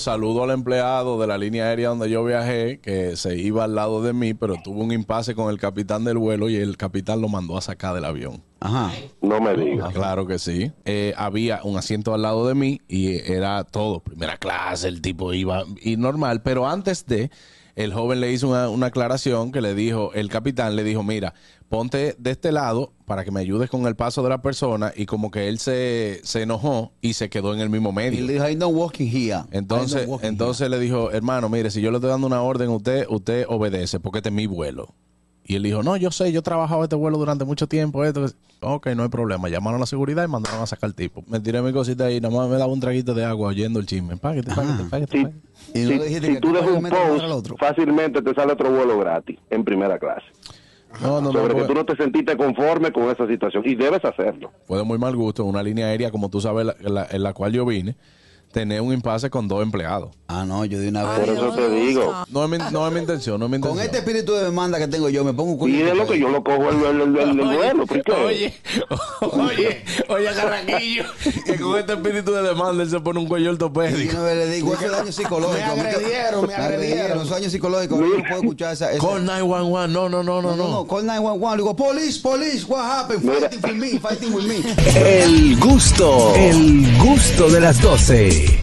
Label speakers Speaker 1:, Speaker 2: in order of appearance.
Speaker 1: saludo al empleado de la línea aérea donde yo viajé, que se iba al lado de mí, pero tuvo un impasse con el capitán del vuelo y el capitán lo mandó a sacar del avión.
Speaker 2: Ajá.
Speaker 3: No me
Speaker 2: ah,
Speaker 3: digas.
Speaker 1: Claro que sí. Eh, había un asiento al lado de mí y era todo, primera clase, el tipo iba y normal, pero antes de, el joven le hizo una, una aclaración que le dijo, el capitán le dijo, mira, ponte de este lado para que me ayudes con el paso de la persona y como que él se, se enojó y se quedó en el mismo
Speaker 2: Y
Speaker 1: medio.
Speaker 2: le dijo, I no walking here. I
Speaker 1: Entonces,
Speaker 2: no walking
Speaker 1: entonces le dijo, hermano, mire, si yo le estoy dando una orden a usted, usted obedece, porque este es mi vuelo. Y él dijo, no, yo sé, yo he trabajado este vuelo durante mucho tiempo. Esto, que- ok, no hay problema. Llamaron a la seguridad y mandaron a sacar al tipo. Me tiré mi cosita ahí, nada más me daba un traguito de agua oyendo el chisme. Págate, págate, págate.
Speaker 3: Si,
Speaker 1: págate.
Speaker 2: Y no
Speaker 3: si-
Speaker 2: le dijiste
Speaker 3: si
Speaker 2: que
Speaker 3: tú
Speaker 2: tú
Speaker 3: dejas
Speaker 2: vayas a
Speaker 3: un
Speaker 2: meter a mandar al
Speaker 3: post,
Speaker 2: otro.
Speaker 3: fácilmente te sale otro vuelo gratis en primera clase.
Speaker 1: No, no, no.
Speaker 3: Sobre que
Speaker 1: Fue,
Speaker 3: tú no te sentiste conforme con esa situación. Y debes hacerlo.
Speaker 1: fue de muy mal gusto. Una línea aérea, como tú sabes, la- la- en la cual yo vine, tener un impasse con dos empleados.
Speaker 2: Ah, no, yo de una
Speaker 3: Por
Speaker 2: vez.
Speaker 3: eso te digo.
Speaker 1: No es mi, no es mi intención, no es mi intención.
Speaker 2: Con este espíritu de demanda que tengo yo, me pongo culo.
Speaker 3: Y de lo que yo lo cojo el, el, el- el vuelo. ¿por qué?
Speaker 1: Oye, oye, oye, Carraquillo, que con este espíritu de demanda él se pone un cuello
Speaker 2: Y
Speaker 1: ortopédico.
Speaker 2: una vez le digo, eso es daño psicológico.
Speaker 4: Me agredieron, me agredieron.
Speaker 2: Eso es daño psicológico. Yo no puedo escuchar esa. esa-
Speaker 1: Call 911, no, no, no, no,
Speaker 2: no, no,
Speaker 1: no.
Speaker 2: call 911. Le digo, police, police, what happened?
Speaker 3: Mira.
Speaker 2: Fighting with me, fighting with me.
Speaker 5: El gusto, el gusto de las 12.